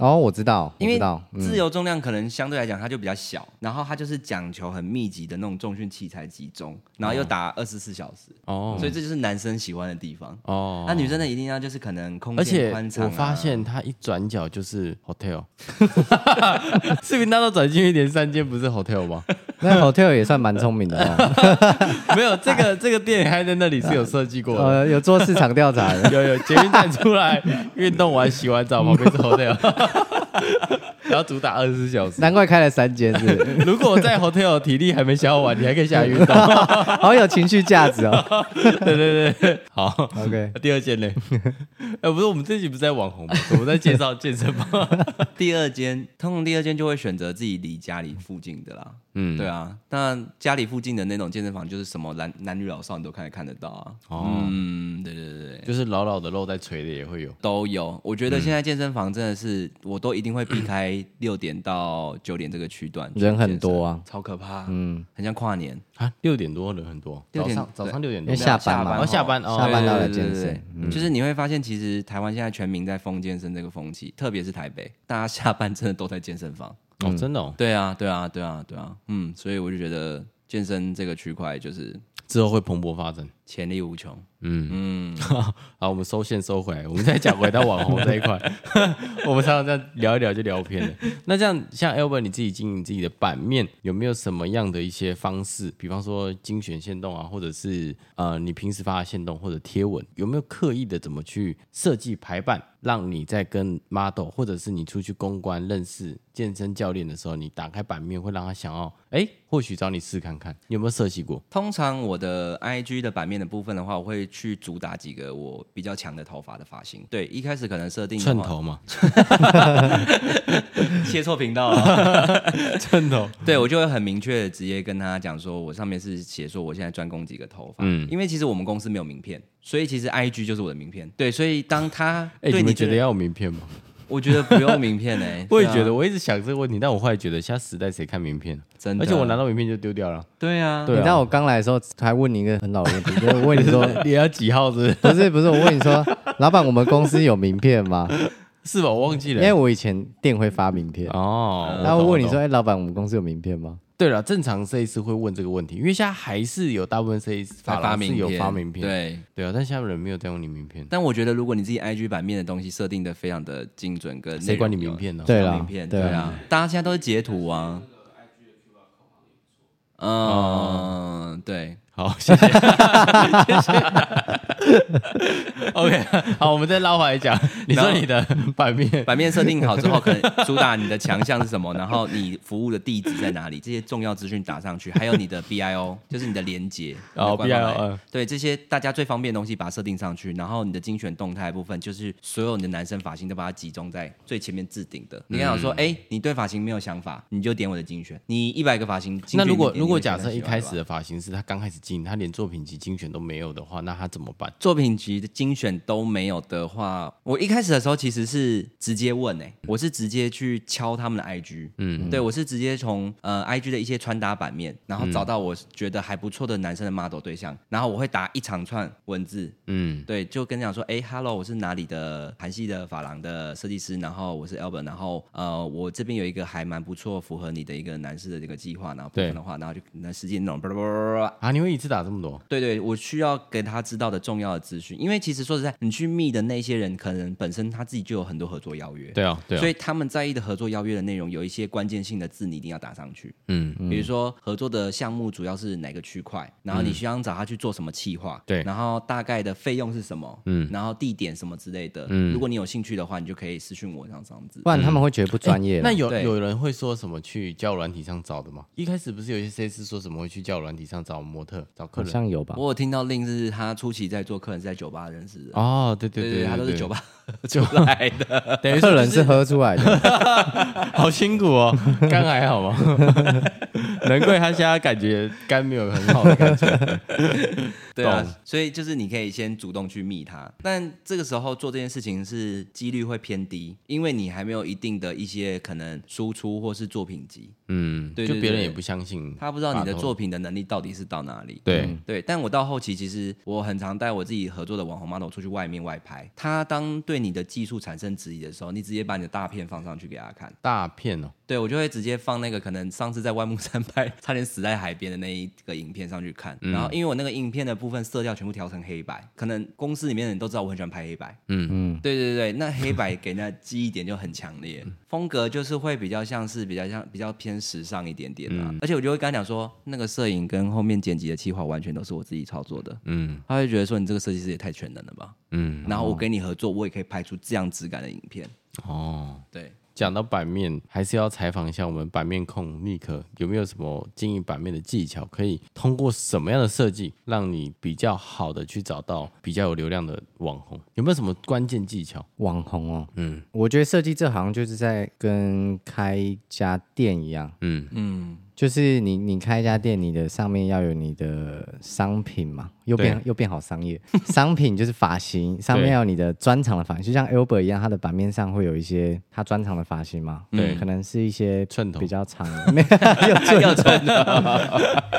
S3: 哦，我知道，我
S1: 因
S3: 知
S1: 为
S3: 道，嗯
S1: 自由重量可能相对来讲它就比较小，然后它就是讲求很密集的那种重训器材集中，然后又打二十四小时，
S2: 哦
S1: 所以这就是男生喜欢的地方。
S2: 哦
S1: 那、，女生呢，一定要就是可能空
S2: 而
S1: 间
S2: 且
S1: 宽敞、啊。
S2: 我发现他一转角就是 hotel，视频大道转进去连三间不是 hotel 吗？
S3: 那 hotel 也算蛮聪明的 哦，
S2: 没有，这个这个店还在那里是有设计过的。
S1: 哦
S3: 呃，有做市场调查的。
S2: 有有，捷运站出来运动完洗完澡，旁边是 hotel。然后主打二十四小时。
S3: 难怪开了三间，是不是
S2: 如果在 hotel 体力还没消耗完，你还可以下晕倒。
S3: 好有情绪价值哦。
S2: 对对对，好。
S3: OK，
S2: 第 二件呢？哎、不是，我们这集不是在网红吗？我们在介绍健身房。
S1: 第二间，通常第二间就会选择自己离家里附近的啦。
S2: 嗯
S1: 嗯，对啊，那家里附近的那种健身房，就是什么男男女老少你都看得看得到啊。
S2: 哦
S1: 嗯，对对对对，
S2: 就是老老的肉在垂的也会有。
S1: 都有。我觉得现在健身房真的是，我都一定会避开六点到九点这个区段，
S3: 人很多啊，
S1: 超可怕。嗯，很像跨年，
S2: 啊，六点多人很多，
S1: 六
S2: 早
S1: 点
S2: 上早上六点
S3: 因
S2: 多
S3: 为下班
S1: 没
S3: 嘛，
S1: 有
S2: 下班哦
S3: 下班
S1: 对
S3: 到
S1: 对
S3: 来
S1: 对
S3: 健
S1: 对
S3: 身
S1: 对。就是你会发现，其实台湾现在全民在疯健身这个风气，特别是台北，大家下班真的都在健身 房。
S2: 哦，真的哦，
S1: 对啊，对啊，对啊，对啊，嗯，所以我就觉得健身这个区块就是
S2: 之后会蓬勃发展。
S1: 潜力无穷。
S2: 好，我们收线收回来，我们再讲回到网红这一块。 我们常常这样聊一聊就聊偏了。那这样，像 Albert 你自己经营自己的版面，有没有什么样的一些方式？比方说精选线动啊，或者是呃你平时发的线动或者贴文，有没有刻意的怎么去设计排版，让你在跟 model 或者是你出去公关认识健身教练的时候，你打开版面会让他想要，哎、或许找你试看看，你有没有设计过？
S1: 通常我的 IG 的版面的部分的话，我会去主打几个我比较强的头发的发型。对，一开始可能设定的
S2: 寸
S1: 话
S2: 头嘛，
S1: 切错频道了。
S2: 寸头，
S1: 对，我就会很明确的直接跟他讲说，我上面是写说我现在专攻几个头发，
S2: 嗯
S1: 因为其实我们公司没有名片，所以其实 IG 就是我的名片。对，所以当他
S2: 哎、
S1: 对
S2: 你
S1: 你
S2: 们觉得， 要有名片吗？
S1: 我觉得不用名片哎、
S2: 我也
S1: 对啊
S2: 觉得，我一直想这个问题，但我后来觉得，现在时代谁看名片？
S1: 真的，啊
S2: 而且我拿到名片就丢掉了。
S1: 对啊，
S2: 对啊
S3: 你知道我刚来的时候还问你一个很老的问题，就是问你 说，
S2: 你要几号是
S3: 不是不是，我问你说，老板，我们公司有名片吗？
S2: 是吧？我忘记
S3: 因
S2: 了。
S3: 为我以前店会发名片，
S2: 哦，
S3: 然后
S2: 我
S3: 我
S2: 懂
S3: 问你，说，
S2: 我懂嗯
S3: 哎，老板，我们公司有名片吗？
S2: 对了，正常设计师会问这个问题，因为现在还是有大部分设计师
S1: 发发明
S2: 是有
S1: 片
S2: 发名片，
S1: 对。
S2: 对啊，但现在人没有在用你名片，
S1: 但我觉得，如果你自己 IG 版面的东西设定的非常的精准跟内容
S2: 谁管你
S1: 有
S2: 名片呢？
S3: 对
S1: 小
S3: 啦
S1: 名，片，
S3: 对
S1: 对
S3: 啊，
S1: 啊，大家现在都是截图啊。嗯，对，
S2: 好，谢 谢，谢谢。OK，好，我们再拉回来讲，你说你的版面，
S1: 版面设定好之后，可能主打你的强项是什么，然后你服务的地址在哪里，这些重要资讯打上去，还有你 的 BIO，就是你的连接，
S2: 哦
S1: 你的官方
S2: BIO
S1: 来
S2: 嗯
S1: 对这些大家最方便的东西把它设定上去，然后你的精选动态的部分，就是所有你的男生发型都把它集中在最前面置顶
S2: 嗯
S1: 的。你想说，哎、你对发型没有想法，你就点我的精选，你一百个发型，精
S2: 那
S1: 选
S2: 如
S1: 你
S2: 果
S1: 点
S2: 如果
S1: 你也可以
S2: 假设
S1: 很
S2: 一
S1: 喜欢
S2: 开
S1: 吧
S2: 始的发型是他刚开始进，他连作品集精选都没有的话，那他怎么办？
S1: 作品集的精选都没有的话，我一开始的时候其实是直接问诶、我是直接去敲他们的 IG，嗯，对我是直接从呃 IG 的一些穿搭版面，然后找到我觉得还不错的男生的 model 对象，然后我会打一长串文字，
S2: 嗯，
S1: 对，就跟你讲说，哎，Hello，我是哪里的韩系的发廊的设计师，然后我是 Albert，然后呃，我这边有一个还蛮不错符合你的一个男士的这个计划，然后部分的话，然后就那实际那种叭叭叭叭叭
S2: 啊，你会一次打这么多？
S1: 对对，我需要给他知道的重要的资讯，因为其实说实在，你去密的那些人，可能本身他自己就有很多合作邀约，
S2: 对啊，对啊，
S1: 所以他们在意的合作邀约的内容，有一些关键性的字你一定要打上去，
S2: 嗯，嗯
S1: 比如说合作的项目主要是哪个区块，然后你需要找他去做什么企划，
S2: 对
S1: 然后大概的费用是什么，嗯，然后地点什么之类的，嗯，如果你有兴趣的话，你就可以私讯我这样这样子
S3: 不。然他们会觉得不专业啦。
S2: 嗯那有
S1: 对
S2: 有人会说什么去交友软体上找的吗？一开始不是有一些设计师说什么会去交友软体上找模特、找客
S3: 好
S2: 人？
S3: 像有吧？
S1: 我有听到令是他初期在做客人是在酒吧认识的，
S2: 哦，对对
S1: 对
S2: 对，
S1: 他都是
S2: 对
S1: 酒，吧 出来的。
S2: 等于
S3: 客
S2: 说
S3: 人是喝出来的，
S2: 好辛苦哦，肝还好吗？难怪他现在感觉肝没有很好的感觉。
S1: 对啊
S2: 懂，
S1: 所以就是你可以先主动去密他，但这个时候做这件事情是几率会偏低，因为你还没有一定的一些可能输出或是作品集，
S2: 嗯，
S1: 对
S2: 就
S1: 对对
S2: 别人也不相信，
S1: 他不知道你的作品的能力到底是到哪里。
S2: 对
S3: 嗯
S1: 对，但我到后期其实我很常带我自己合作的网红 model 出去外面外拍，他当对你的技术产生质疑的时候，你直接把你的大片放上去给他看。
S2: 大片哦，
S1: 对我就会直接放那个可能上次在万木山拍差点死在海边的那一个影片上去看，然后因为我那个影片的部分色调全部调成黑白，可能公司里面的人都知道我很喜欢拍黑白，
S2: 嗯
S1: 嗯，对对对，那黑白给人家记忆点就很强烈， 风格就是会比较像是比较像比较偏时尚一点点啊，而且我就会跟他讲说，那个摄影跟后面剪辑的计划完全都是我自己操作的，
S2: 嗯
S1: 他会觉得说你这个设计师也太全能了吧，
S2: 嗯，
S1: 然后我跟你合作，我也可以拍出这样质感的影片，
S2: 哦，
S1: 对。
S2: 讲到版面，还是要采访一下我们版面控尼克，有没有什么经营版面的技巧，可以通过什么样的设计，让你比较好的去找到比较有流量的网红？有没有什么关键技巧？
S3: 网红哦，
S2: 嗯
S3: 我觉得设计这行就是在跟开一家店一样，
S2: 嗯
S1: 嗯，
S3: 就是你你开一家店，你的上面要有你的商品嘛，又变
S2: 对
S3: 又变好商业。 商品就是发型，上面要有你的专长的发型，就像 Albert 一样，他的版面上会有一些他专长的发型嘛，
S2: 对
S3: 可能是一些
S2: 寸头
S3: 比较长，没有寸头，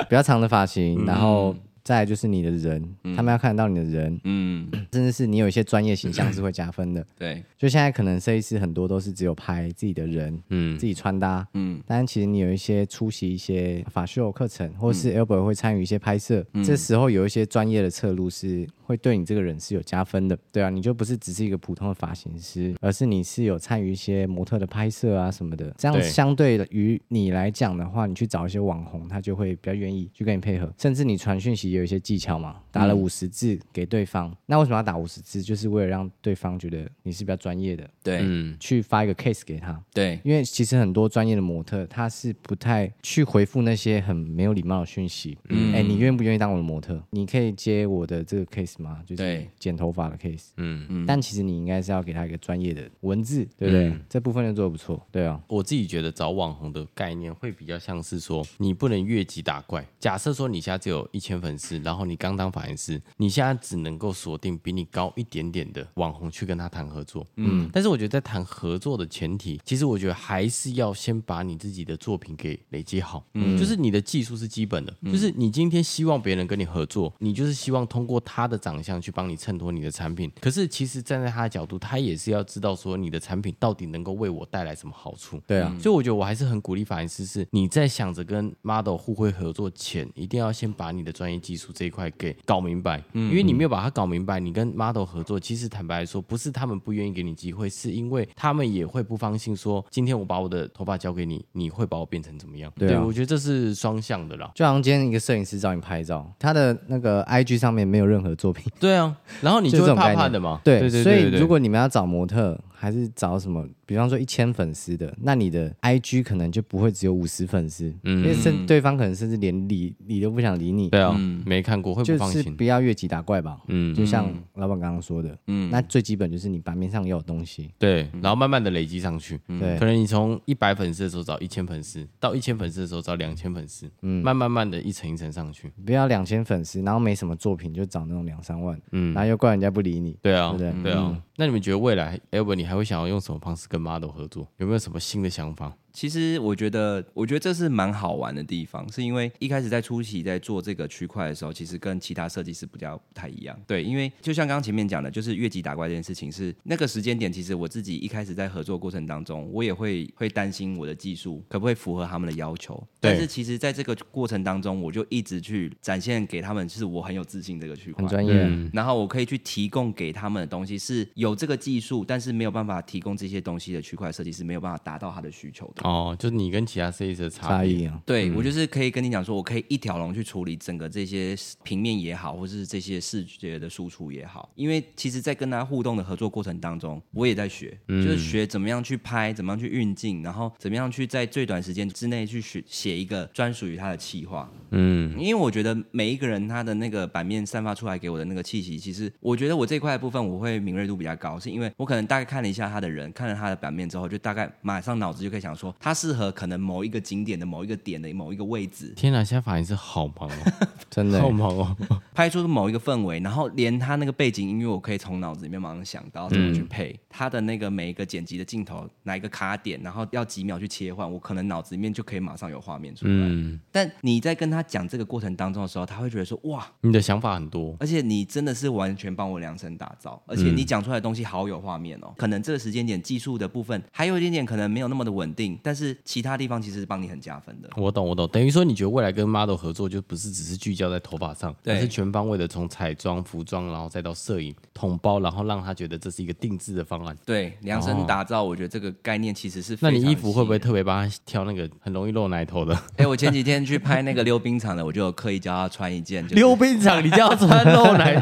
S3: 比较长的发型，然后。再来就是你的人，他们要看得到你的人，
S1: 嗯，
S3: 甚至是你有一些专业形象是会加分的。
S1: 对，
S3: 就现在可能设计师很多都是只有拍自己的人，
S2: 嗯
S3: 自己穿搭，
S1: 嗯
S3: 但其实你有一些出席一些法秀课程，或是 Albert 会参与一些拍摄，这时候有一些专业的侧录是会对你这个人是有加分的。对啊，你就不是只是一个普通的发型师，而是你是有参与一些模特的拍摄啊什么的。这样
S2: 对
S3: 相对于你来讲的话，你去找一些网红，他就会比较愿意去跟你配合。甚至你传讯息也有一些技巧嘛，打了五十字给对方，那为什么要打五十字？就是为了让对方觉得你是比较专业的，
S1: 对，
S2: 嗯，
S3: 去发一个 case 给他。
S1: 对，
S3: 因为其实很多专业的模特，他是不太去回复那些很没有礼貌的讯息。嗯，哎、你愿不愿意当我的模特？你可以接我的这个 case 吗？就是
S1: 对
S3: 剪头发的 case。
S2: 嗯
S3: 嗯嗯。但其实你应该是要给他一个专业的文字，对不对？这部分就做的不错，对啊。
S2: 我自己觉得找网红的概念会比较像是说，你不能越级打怪。假设说你现在只有一千粉丝，然后你刚当发型师，你现在只能够锁定比你高一点点的网红去跟他谈合作。嗯，但是我觉得在谈合作的前提，其实我觉得还是要先把你自己的作品给累积好。嗯，就是你的技术是基本的，就是你今天希望别人跟你合作，你就是希望通过他的长相去帮你衬托你的产品。可是其实站在他的角度，他也是要知道说你的产品到底能够为我带来什么好处。嗯
S3: 对啊，
S2: 所以我觉得我还是很鼓励发型师，是你在想着跟 model 互惠合作前，一定要先把你的专业技术这一块给搞明白，
S3: 嗯
S2: 因为你没有把它搞明白，你跟 model 合作，其实坦白来说，不是他们不愿意给你机会，是因为他们也会不放心说，今天我把我的头发交给你，你会把我变成怎么样？
S3: 对啊
S2: 我觉得这是双向的啦。
S3: 就好像今天一个摄影师找你拍照，他的那个 IG 上面没有任何作品，
S2: 对啊，然后你
S3: 就
S2: 就
S3: 这
S2: 会
S3: 种概
S2: 怕怕
S3: 念
S2: 的嘛。
S3: 对，
S2: 对对
S3: 所
S2: 对
S3: 以
S2: 对对
S3: 如果你们要找模特，还是找什么，比方说一千粉丝的，那你的 IG 可能就不会只有五十粉丝，因为甚对方可能甚至连理理都不想理你，
S2: 嗯对啊，没看过会不
S3: 就
S2: 放
S3: 是
S2: 心。
S3: 不要越级打怪吧。
S2: 嗯，
S3: 就像老板刚刚说的，
S1: 嗯
S3: 那最基本就是你版面上要有东西，
S2: 对，然后慢慢的累积上去。
S3: 对
S2: 可能你从一百粉丝的时候找一千粉丝，到一千粉丝的时候找两千粉丝，
S3: 嗯
S2: 慢慢慢的一层一层上去。
S3: 不要两千粉丝，然后没什么作品就找那种两三万，
S2: 嗯
S3: 然后又怪人家不理你。
S2: 对啊，
S3: 对不对嗯
S2: 啊。那你们觉得未来 Albert 你还会想要用什么方式跟 model 合作？有没有什么新的想法？
S1: 其实我觉得，我觉得这是蛮好玩的地方，是因为一开始在初期在做这个区块的时候，其实跟其他设计师比较不太一样。对，因为就像刚刚前面讲的，就是越级打怪这件事情是那个时间点，其实我自己一开始在合作过程当中，我也会会担心我的技术可不可以符合他们的要求。
S2: 对
S1: 但是其实在这个过程当中，我就一直去展现给他们，就是我很有自信这个区块
S3: 很。专业，啊
S2: 嗯
S1: 然后我可以去提供给他们的东西是有这个技术，但是没有办法提供这些东西的区块设计师没有办法达到他的需求的。嗯
S2: 哦，就是你跟其他设计师的嗯差
S3: 差
S2: 异。
S3: 异啊，
S1: 对、我就是可以跟你讲说，我可以一条龙去处理整个这些平面也好，或是这些视觉的输出也好。因为其实，在跟他互动的合作过程当中，我也在学，就是学怎么样去拍，怎么样去运镜，然后怎么样去在最短时间之内去写写一个专属于他的企划。
S2: 嗯，
S1: 因为我觉得每一个人他的那个版面散发出来给我的那个气息，其实我觉得我这一块的部分我会敏锐度比较高，是因为我可能大概看了一下他的人，看了他的版面之后，就大概马上脑子就可以想说，他适合可能某一个景点的某一个点的某一个位置，
S2: 天啊哪，现在发型师好忙 哦，
S3: 真的
S2: 好。忙哦。
S1: 拍出某一个氛围，然后连他那个背景音乐，我可以从脑子里面马上想到怎么去配、他的那个每一个剪辑的镜头，哪一个卡点，然后要几秒去切换，我可能脑子里面就可以马上有画面出来。
S2: 嗯，
S1: 但你在跟他讲这个过程当中的时候，他会觉得说，哇，
S2: 你的想法很多。
S1: 而且你真的是完全帮我量身打造，而
S2: 嗯
S1: 且你讲出来的东西好有画面哦。可能这个时间点技术的部分还有一点点可能没有那么的稳定，但是其他地方其实是帮你很加分的。
S2: 我懂，我懂，等于说你觉得未来跟 model 合作，就不是只是聚焦在头发上，
S1: 对
S2: 而是全方位的从彩妆、服装，然后再到摄影、统包，然后让他觉得这是一个定制的方案。
S1: 对，量身打造，我觉得这个概念其实是非
S2: 哦那
S1: 常
S2: 你
S1: 新的。
S2: 衣服会不会特别帮他挑那个很容易露奶头的？
S1: 哎、我前几天去拍那个溜冰场的，我就有刻意教他穿一件、就是，
S2: 溜冰场你就 要穿露奶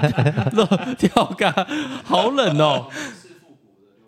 S2: 露吊嘎，好冷哦。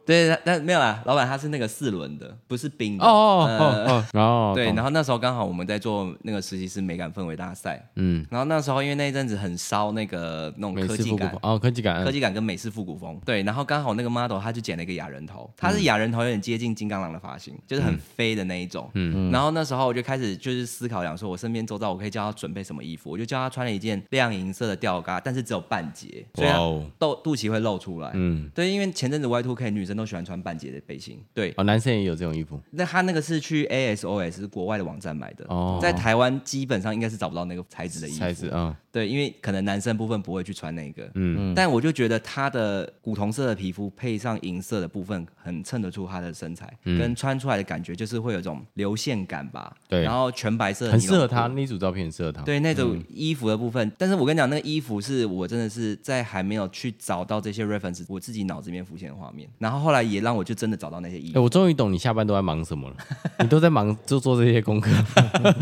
S1: 对，但但没有啦，老板他是那个四轮的，不是冰的
S2: 哦哦
S1: 呃
S2: 哦哦，然后
S1: 对，
S2: 懂
S1: 然后那时候刚好我们在做那个实习生美感氛围大赛，
S2: 嗯，
S1: 然后那时候因为那一阵子很烧那个那种
S2: 美
S1: 科
S2: 式
S1: 技
S2: 复古
S1: 感
S2: 风，哦，科技感，
S1: 科技感跟美式复古风，嗯嗯对，然后刚好那个 model 他就剪了一个哑人头，他是哑人头有点接近金刚狼的发型，就是很飞的那一种。嗯，然后那时候我就开始就是思考，想说我身边周遭我可以叫他准备什么衣服，我就叫他穿了一件亮银色的吊嘎，但是只有半截，所以
S2: 哇
S1: 他
S2: 哦，
S1: 肚肚脐会露出来。
S2: 嗯，
S1: 对，因为前阵子 Y Two K 女生都喜欢穿半截的背心，对，
S2: 哦，男生也有这种衣服，
S1: 那他那个是去 ASOS 是国外的网站买的，
S2: 哦
S1: 在台湾基本上应该是找不到那个材质的衣服。
S2: 材质啊，
S1: 对，因为可能男生部分不会去穿那个，
S2: 嗯
S1: 嗯，但我就觉得他的古铜色的皮肤配上银色的部分，很衬得出他的身材，跟穿出来的感觉就是会有一种流线感吧。
S2: 对
S1: 然后全白色的
S2: 很
S1: 尼龙
S2: 适合
S1: 裤
S2: 他，那组照片很适合他，
S1: 对那种衣服的部分，但是我跟你讲，那个衣服是我真的是在还没有去找到这些 reference，我自己脑子里面浮现的画面，然后后来也让我就真的找到那些衣
S2: 哎、
S1: 服，
S2: 我终于懂你下班都在忙什么了，你都在忙就做这些功课，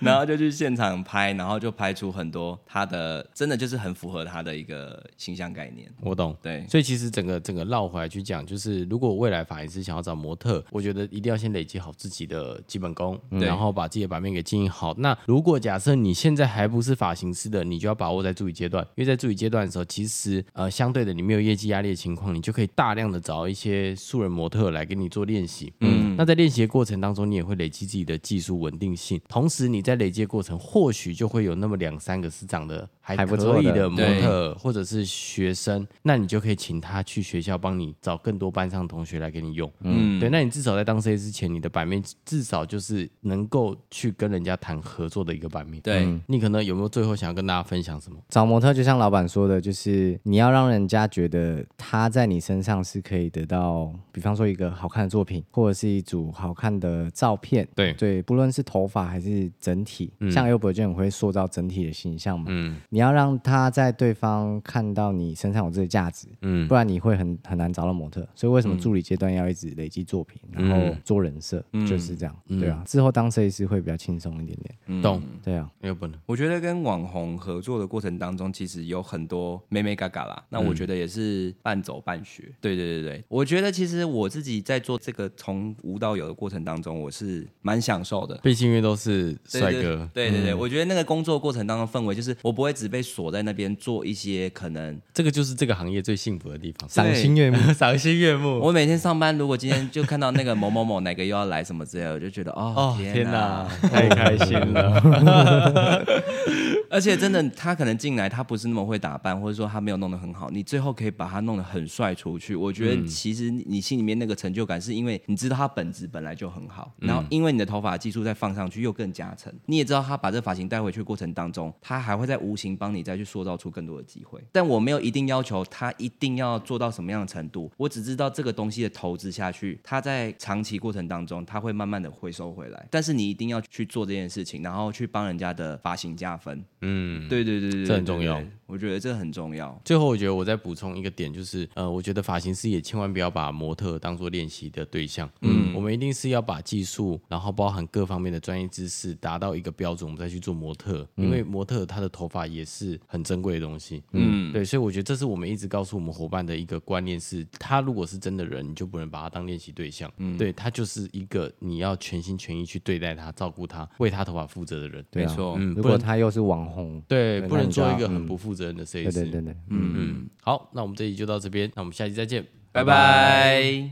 S1: 然后就去现场拍，然后就拍出很多他的，真的就是很符合他的一个形象概念。
S2: 我懂。
S1: 对，
S2: 所以其实整个整个绕回来去讲，就是如果未来发型师想要找模特，我觉得一定要先累积好自己的基本功，
S1: 对
S2: 然后把自己的版面给经营好。那如果假设你现在还不是发型师的，你就要把握在助理阶段，因为在助理阶段的时候，其实呃相对的你没有业绩压力的情况，你就可以大量的找一些素人模特来给你做练习。嗯，那在练习的过程当中，你也会累积自己的技术稳定性，同时你在累积的过程，或许就会有那么两三个是长得还
S3: 还不
S2: 可
S3: 错
S2: 以
S3: 的
S2: 的模
S1: 对
S2: 特。呃，或者是学生，那你就可以请他去学校帮你找更多班上同学来给你用。嗯，对，那你至少在当 C 之前，你的版面至少就是能够去跟人家谈合作的一个版面。，
S1: 对，
S2: 你可能有没有最后想要跟大家分享什么？
S3: 找模特就像老板说的，就是你要让人家觉得他在你身上是可以得到，比方说一个好看的作品，或者是一组好看的照片。
S2: 对
S3: 对，不论是头发还是整体，像 a l b e r 就很会塑造整体的形象嘛。
S2: 嗯
S3: 你要让他在对方看到你身上有这个价值，
S2: 嗯
S3: 不，然你会很很难找到模特。所以为什么助理阶段要一直累积作品，然后
S2: 嗯
S3: 做人设，就是这样，对啊。之后当设计师会比较轻松一点点，
S2: 懂，
S3: 对啊。
S2: 又不能。
S1: 我觉得跟网红合作的过程当中，其实有很多美美嘎嘎啦。那
S2: 嗯
S1: 我觉得也是半走半学。对对对对，我觉得其实我自己在做这个从无到有的过程当中，我是蛮享受的。
S2: 毕竟因为都是
S1: 对
S2: 帅
S1: 对
S2: 哥，嗯
S1: 对对对，我觉得那个工作过程当中氛围，就是我不会只被锁在那边做一些可能
S2: 这个就是这个行业最幸福的地方，
S3: 赏心悦目，
S2: 赏心悦目。
S1: 我每天上班，如果今天就看到那个某某某哪个又要来什么之类的，我就觉得哦
S2: 哦
S1: 天
S2: 天
S1: 哪！
S2: 哪，太开心了！
S1: 而且真的，他可能进来他不是那么会打扮，或者说他没有弄得很好，你最后可以把他弄得很帅出去。我觉得其实你心里面那个成就感，是因为你知道他本质本来就很好，然后因为你的头发技术再放上去又更加成，你也知道他把这发型带回去的过程当中，他还会在无形帮你再去塑造出更多的机会。但我没有一定要求他一定要做到什么样的程度，我只知道这个东西的投资下去，它在长期过程当中，它会慢慢的回收回来。但是你一定要去做这件事情，然后去帮人家的发型加分。
S2: 嗯，
S1: 对对对对，
S2: 这很
S1: 对
S2: 重要，
S1: 对对我觉得这很重要。
S2: 最后，我觉得我再补充一个点，就是呃，我觉得发型师也千万不要把模特当做练习的对象。嗯，我们一定是要把技术，然后包含各方面的专业知识，达到一个标准，我们再去做模特。
S3: 嗯
S2: 因为模特她的头发也是很珍贵的东西。嗯，对，所以我觉得这是我们一直告诉我们伙伴的一个观念是，他如果是真的人，你就不能把他当练习对象。嗯，对他就是一个你要全心全意去对待他、照顾他、为他头发负责的人。
S3: 对啊
S1: 没错
S2: 嗯，
S3: 如
S2: 不
S3: 果
S2: 能
S3: 他又是网红，
S2: 对，
S3: 对
S2: 不
S3: 那
S2: 能
S3: 你就
S2: 做一
S3: 要
S2: 个很
S3: 嗯
S2: 不负责任的设计
S3: 对
S2: 师。
S3: 对对对，
S2: 嗯，好，那我们这一集就到这边，那我们下期再见，
S1: 拜拜